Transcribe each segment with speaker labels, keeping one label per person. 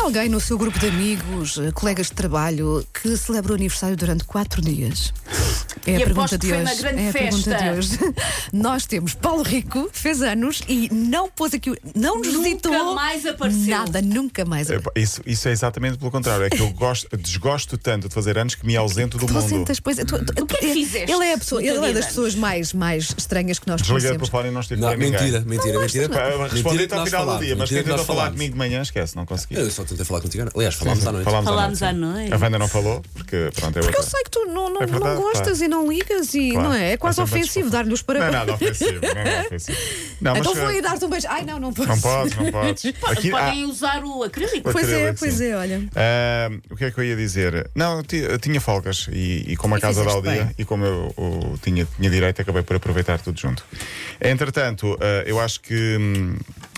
Speaker 1: alguém no seu grupo de amigos, eh, colegas de trabalho, que celebra o aniversário durante quatro dias? É
Speaker 2: E aposto que foi uma grande
Speaker 1: é a pergunta
Speaker 2: festa.
Speaker 1: de hoje. Nós temos Paulo Rico, fez anos e não pôs aqui, o- não nos
Speaker 2: Nunca
Speaker 1: visitou.
Speaker 2: mais apareceu.
Speaker 1: Nada, nunca mais
Speaker 3: Epá, Isso, isso é exatamente pelo contrário. É que eu gosto, desgosto tanto de fazer anos que me ausento do
Speaker 1: Tu
Speaker 3: mundo.
Speaker 1: ausentas, pois, tu- tu-
Speaker 2: que é que
Speaker 1: ele-
Speaker 2: fizeste
Speaker 1: Ele é, a pessoa,
Speaker 2: no teu
Speaker 1: ele é
Speaker 2: dia de
Speaker 1: das pessoas mais, mais estranhas que nós
Speaker 3: Desliguei o
Speaker 1: conhecemos.
Speaker 3: telefone e não estive
Speaker 4: Não,
Speaker 3: com ninguém.
Speaker 4: mentira, mentira, mentira.
Speaker 3: Pá, eu
Speaker 4: Mentira
Speaker 3: Respondi-te
Speaker 4: que
Speaker 3: ao
Speaker 4: nós
Speaker 3: final do
Speaker 4: falámos,
Speaker 3: dia, mas
Speaker 4: mentira
Speaker 3: quem
Speaker 4: que nós
Speaker 3: tentou falar
Speaker 4: falámos.
Speaker 3: comigo de manhã, esquece, não consegui.
Speaker 4: Eu só tentei falar contigo. Aliás, falámos à noite.
Speaker 3: Falámos,
Speaker 2: Falámos
Speaker 3: à
Speaker 2: à
Speaker 3: noite.
Speaker 2: noite.
Speaker 3: A Wanda não falou, porque pronto, é outra.
Speaker 1: Porque eu sei que tu não, não,
Speaker 3: É verdade,
Speaker 1: não gostas
Speaker 3: pá.
Speaker 1: e não ligas e
Speaker 3: Claro.
Speaker 1: não é? É quase
Speaker 3: sempre uma
Speaker 1: ofensivo
Speaker 3: desculpa.
Speaker 1: dar-lhe os parabéns.
Speaker 3: Não é nada ofensivo. Não é nada ofensivo. Não, mas,
Speaker 1: então vou
Speaker 3: eh,
Speaker 1: aí dar-te um beijo. Ai, não, não posso.
Speaker 3: Não podes, não podes. Aqui- ah,
Speaker 2: Podem usar o acrílico.
Speaker 3: Pois-
Speaker 1: Pois é,
Speaker 3: Acrílico,
Speaker 1: pois
Speaker 3: sim.
Speaker 1: é, olha.
Speaker 3: Ah, o que é que eu ia dizer? Não, eu ti- eu tinha folgas e, e como a
Speaker 1: E
Speaker 3: casa dá o
Speaker 1: fizeste
Speaker 3: dia
Speaker 1: bem.
Speaker 3: e como eu, eu tinha, tinha direito, acabei por aproveitar tudo junto. Entretanto, ah, eu acho que hum,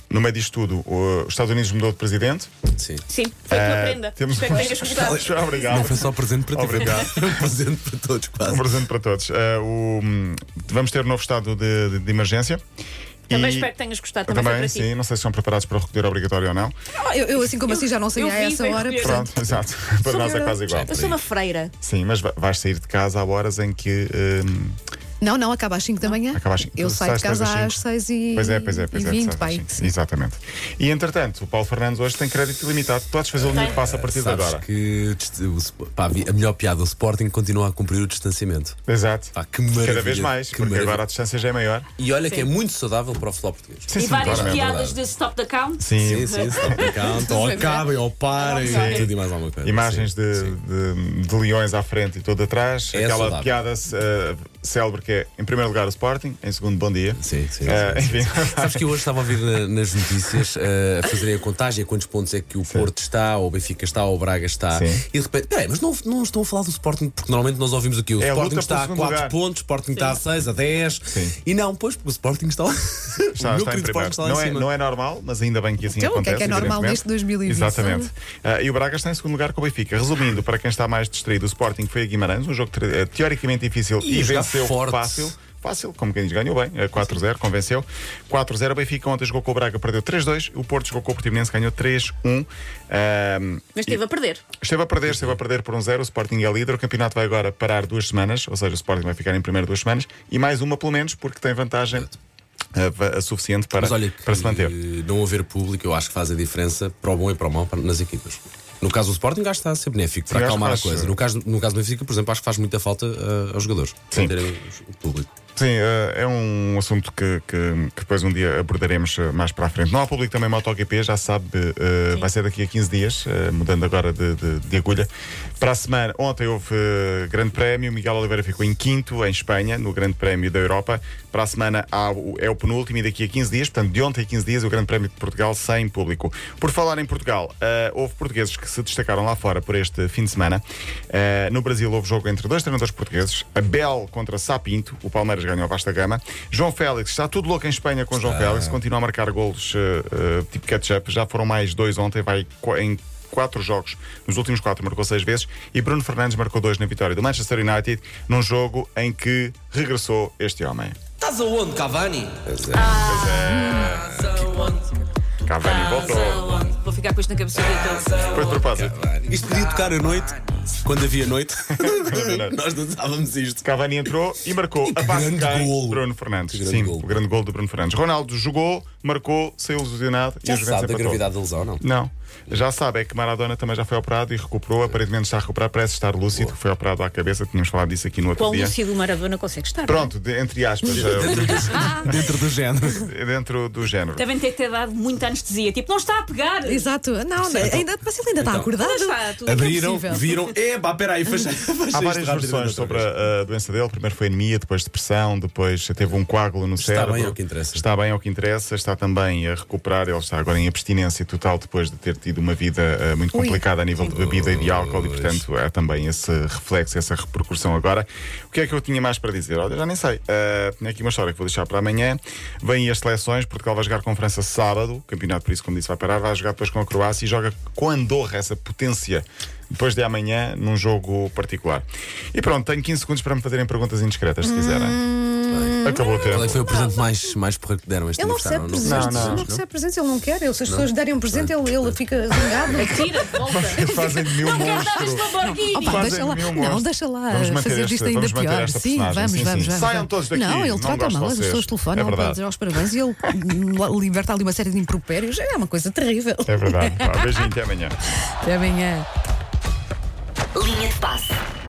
Speaker 3: no meio disto tudo, o- os Estados Unidos mudou de presidente.
Speaker 4: Sim.
Speaker 2: Sim, foi a tua
Speaker 3: Ah,
Speaker 2: prenda.
Speaker 3: Temos
Speaker 2: Espero que tenhas gostado.
Speaker 4: Não,
Speaker 3: Obrigado.
Speaker 4: foi só presente para ti.
Speaker 3: Obrigado.
Speaker 4: Foi um presente para todos, quase.
Speaker 3: Um presente para todos. Ah, o, hum, vamos ter um novo estado de, de- de emergência.
Speaker 2: Também
Speaker 3: E-
Speaker 2: espero que tenhas gostado. Também,
Speaker 3: Também,
Speaker 2: foi para ti.
Speaker 3: sim. Não sei se são preparados para o recolher obrigatório ou não.
Speaker 1: Eu, eu assim como
Speaker 2: Eu-
Speaker 1: assim já não
Speaker 2: eu
Speaker 1: saía a
Speaker 2: vivo
Speaker 1: essa
Speaker 2: em
Speaker 1: hora.
Speaker 2: Rio
Speaker 1: portanto,
Speaker 3: Pronto, exato. Para nós é quase igual.
Speaker 2: Eu sou uma freira.
Speaker 3: Sim, mas va- vais sair de casa a horas em que. hum,
Speaker 1: Não, não, acaba às 5 da manhã.
Speaker 3: Acaba às cinco.
Speaker 1: Eu
Speaker 3: Tu
Speaker 1: saio de
Speaker 3: sais depois
Speaker 1: casa
Speaker 3: das
Speaker 1: às
Speaker 3: cinco.
Speaker 1: 6 e.
Speaker 3: Pois é, pois é, pois
Speaker 1: e
Speaker 3: é.
Speaker 1: 20,
Speaker 3: sabes,
Speaker 1: pai.
Speaker 3: sim, Exatamente. E entretanto, o Paulo Fernandes hoje tem crédito ilimitado. Podes fazer o limite passo a partir de
Speaker 4: Sabes
Speaker 3: agora.
Speaker 4: que dist- o Sp- pá, vi- a melhor piada, o Sporting continua a cumprir o distanciamento.
Speaker 3: Exato.
Speaker 4: Pá, que maravilha.
Speaker 3: Cada vez mais,
Speaker 4: que
Speaker 3: porque
Speaker 4: maravilha.
Speaker 3: agora a distância já é maior.
Speaker 4: E olha que é muito saudável para o futebol português.
Speaker 3: Sim,
Speaker 2: E várias
Speaker 3: claro, é
Speaker 2: piadas
Speaker 4: verdade.
Speaker 2: de Stop the Count.
Speaker 3: Sim.
Speaker 4: Sim, sim, stop the count, ou acabem, ou parem,
Speaker 2: Sim.
Speaker 4: tudo e mais alguma coisa.
Speaker 3: Imagens
Speaker 4: Sim,
Speaker 3: de,
Speaker 4: sim.
Speaker 3: de- de leões à frente e todo atrás.
Speaker 4: É
Speaker 3: Aquela
Speaker 4: saudável.
Speaker 3: piada eh, célebre que é, em primeiro lugar, o Sporting, em segundo, bom dia.
Speaker 4: Sim, sim,
Speaker 3: Eh,
Speaker 4: sim,
Speaker 3: enfim.
Speaker 4: Sabes que eu hoje estava a ouvir na- nas notícias eh, a fazerem a contagem, a quantos pontos é que o Porto está, ou o Benfica está, ou o Braga está.
Speaker 3: Sim.
Speaker 4: E de repente, peraí, mas não, não estão a falar do Sporting, porque normalmente nós ouvimos aqui: o
Speaker 3: É a luta
Speaker 4: Sporting
Speaker 3: pelo
Speaker 4: está a
Speaker 3: segundo
Speaker 4: 4
Speaker 3: lugar.
Speaker 4: pontos, o Sporting está a 6, a 10.
Speaker 3: Sim.
Speaker 4: E não, pois, porque o Sporting está,
Speaker 3: Está,
Speaker 4: lá- o
Speaker 3: está
Speaker 4: núcleo
Speaker 3: em
Speaker 4: de
Speaker 3: primeiro.
Speaker 4: Sporting está lá
Speaker 3: não,
Speaker 4: em
Speaker 3: é,
Speaker 4: cima.
Speaker 3: não é normal, mas ainda bem que assim
Speaker 1: Então, o que
Speaker 3: acontece.
Speaker 1: é que é normal
Speaker 3: evidentemente.
Speaker 1: neste 2020,
Speaker 3: Exatamente. Ah, e o Braga está em segundo lugar com o Benfica. Resumindo, para quem está mais distraído, o Sporting foi a Guimarães, um jogo tre- eh, teoricamente difícil
Speaker 4: E
Speaker 3: e,
Speaker 4: jogar
Speaker 3: venceu
Speaker 4: forte.
Speaker 3: fácil. Fácil, como quem diz, ganhou bem, eh, 4-0, convenceu. 4-0, o Benfica ontem jogou com o Braga, perdeu 3-2, o Porto jogou com o Portimonense, ganhou 3-1. Ah,
Speaker 2: Mas esteve a perder.
Speaker 3: Esteve a perder, esteve a perder por um zero. O Sporting é líder. O campeonato vai agora parar duas semanas, ou seja, o Sporting vai ficar em primeiro duas semanas e mais uma pelo menos, porque tem vantagem eh, va- a suficiente para,
Speaker 4: Mas olha, que,
Speaker 3: para se manter.
Speaker 4: eh, não haver público, eu acho que faz a diferença para o bom e para o mau para- nas equipas. No caso do Sporting, acho que está a ser benéfico
Speaker 3: Sim,
Speaker 4: para
Speaker 3: acho
Speaker 4: acalmar
Speaker 3: que
Speaker 4: a
Speaker 3: faz,
Speaker 4: coisa.
Speaker 3: eh,
Speaker 4: No caso, no caso do Benfica, por exemplo, acho que faz muita falta eh, aos jogadores
Speaker 3: Sim.
Speaker 4: terem os- o público.
Speaker 3: Sim, eh, é um assunto que, que- que depois um dia abordaremos eh, mais para a frente. Não há público também MotoGP, já se sabe, eh, vai ser daqui a 15 dias, eh, mudando agora de, de- de agulha. Para a semana, ontem houve eh, Grande Prémio, Miguel Oliveira ficou em quinto em Espanha, no Grande Prémio da Europa. Para a semana há o- é o penúltimo e daqui a 15 dias, portanto, de ontem a 15 dias, o Grande Prémio de Portugal sem público. Por falar em Portugal, eh, houve portugueses que se destacaram lá fora por este fim de semana. Eh, no Brasil houve jogo entre dois treinadores portugueses, Abel contra Sapinto, o Palmeiras ganhou a vasta gama. João Félix, está tudo louco em Espanha com João Félix, continua a marcar golos eh, eh, tipo catch-up, já foram mais dois ontem, vai co- em quatro jogos, nos últimos quatro marcou seis vezes e Bruno Fernandes marcou dois na vitória do Manchester United num jogo em que regressou este homem.
Speaker 5: Estás aonde, Cavani?
Speaker 4: é. Ah.
Speaker 3: Cavani voltou,
Speaker 2: Vou ficar com isto na cabeça então.
Speaker 3: foi de propósito.
Speaker 4: Isto podia tocar à noite, quando havia noite. Nós dançávamos isto.
Speaker 3: Cavani entrou e marcou.
Speaker 4: que
Speaker 3: a passe
Speaker 4: grande
Speaker 3: de quem?
Speaker 4: golo.
Speaker 3: Bruno Fernandes.
Speaker 4: Que grande
Speaker 3: Sim,
Speaker 4: golo.
Speaker 3: o grande gol do Bruno Fernandes. Ronaldo jogou, marcou, saiu lesionado e a
Speaker 4: Já se
Speaker 3: Juventus
Speaker 4: sabe da
Speaker 3: empatou.
Speaker 4: gravidade da lesão, não?
Speaker 3: Não. Já sabe, é que Maradona também já foi operado e recuperou. Aparentemente está a recuperar, parece estar lúcido, que foi operado à cabeça. Tínhamos falado disso aqui no outro
Speaker 2: Qual
Speaker 3: dia.
Speaker 2: Lúcio do Maradona consegue estar?
Speaker 3: Pronto, de- entre aspas, eh,
Speaker 4: Dentro do género.
Speaker 3: dentro do género.
Speaker 2: Devem ter, ter dado muita anestesia. Tipo, não está a pegar.
Speaker 1: Exato. Não,
Speaker 3: é,
Speaker 1: não,
Speaker 3: então.
Speaker 1: ainda, mas ele ainda está acordado.
Speaker 2: Ainda está, tudo.
Speaker 1: É
Speaker 4: Abriram,
Speaker 1: possível.
Speaker 4: viram. Epá, peraí, fechei.
Speaker 3: Há várias versões sobre a, a doença dele. Primeiro foi anemia, depois depressão, depois teve um coágulo no cérebro.
Speaker 4: bem, é o que interessa.
Speaker 3: Está bem, é o que interessa. Está também a recuperar. Ele está agora em abstinência total depois de ter tido uma vida eh, muito
Speaker 1: Ui.
Speaker 3: complicada a nível de bebida e de álcool e, portanto, há também esse reflexo, essa repercussão agora. O que é que eu tinha mais para dizer? Olha, já nem sei. Eh, tinha aqui uma história que vou deixar para amanhã. Vêm as seleções. Portugal vai jogar com a França sábado. O campeonato, por isso, como disse, vai parar. Vai jogar depois com a Croácia e joga com a Andorra, essa potência depois de amanhã num jogo particular. E pronto, tenho 15 segundos para me fazerem perguntas indiscretas, se quiserem. Acabou o
Speaker 4: Qual é que foi
Speaker 3: tempo.
Speaker 4: o presente mais, mais porreiro que deram este
Speaker 1: Ele não
Speaker 4: aniversário?
Speaker 1: recebe presentes.
Speaker 3: Não, não.
Speaker 1: Ele não recebe presentes, ele não quer. Ele, se as pessoas derem um presente, ele, ele fica zangado.
Speaker 2: Tira, volta.
Speaker 3: Fazem de mim um
Speaker 2: Não quero dar
Speaker 3: monstro.
Speaker 2: este Lamborghini.
Speaker 1: Opa,
Speaker 3: Fazem
Speaker 1: deixa lá.
Speaker 3: de mim um
Speaker 1: Não,
Speaker 3: monstro.
Speaker 1: deixa lá
Speaker 3: Vamos manter
Speaker 1: fazer isto
Speaker 3: esta-
Speaker 1: ainda
Speaker 3: vamos manter
Speaker 1: pior.
Speaker 3: esta
Speaker 1: Sim, vamos,
Speaker 3: personagem.
Speaker 1: vamos,
Speaker 3: Sim, sim.
Speaker 1: vamos.
Speaker 3: Saiam todos daqui,
Speaker 1: Não, ele
Speaker 3: não
Speaker 1: trata
Speaker 3: gosto de
Speaker 1: mal, as
Speaker 3: vocês.
Speaker 1: pessoas
Speaker 3: É
Speaker 1: telefonam para
Speaker 3: verdade.
Speaker 1: dizer aos parabéns e ele hum, liberta ali uma série de impropérios. É uma coisa terrível.
Speaker 3: É verdade. Pá, Beijinho, até amanhã.
Speaker 1: Até amanhã.
Speaker 5: Linha de passe.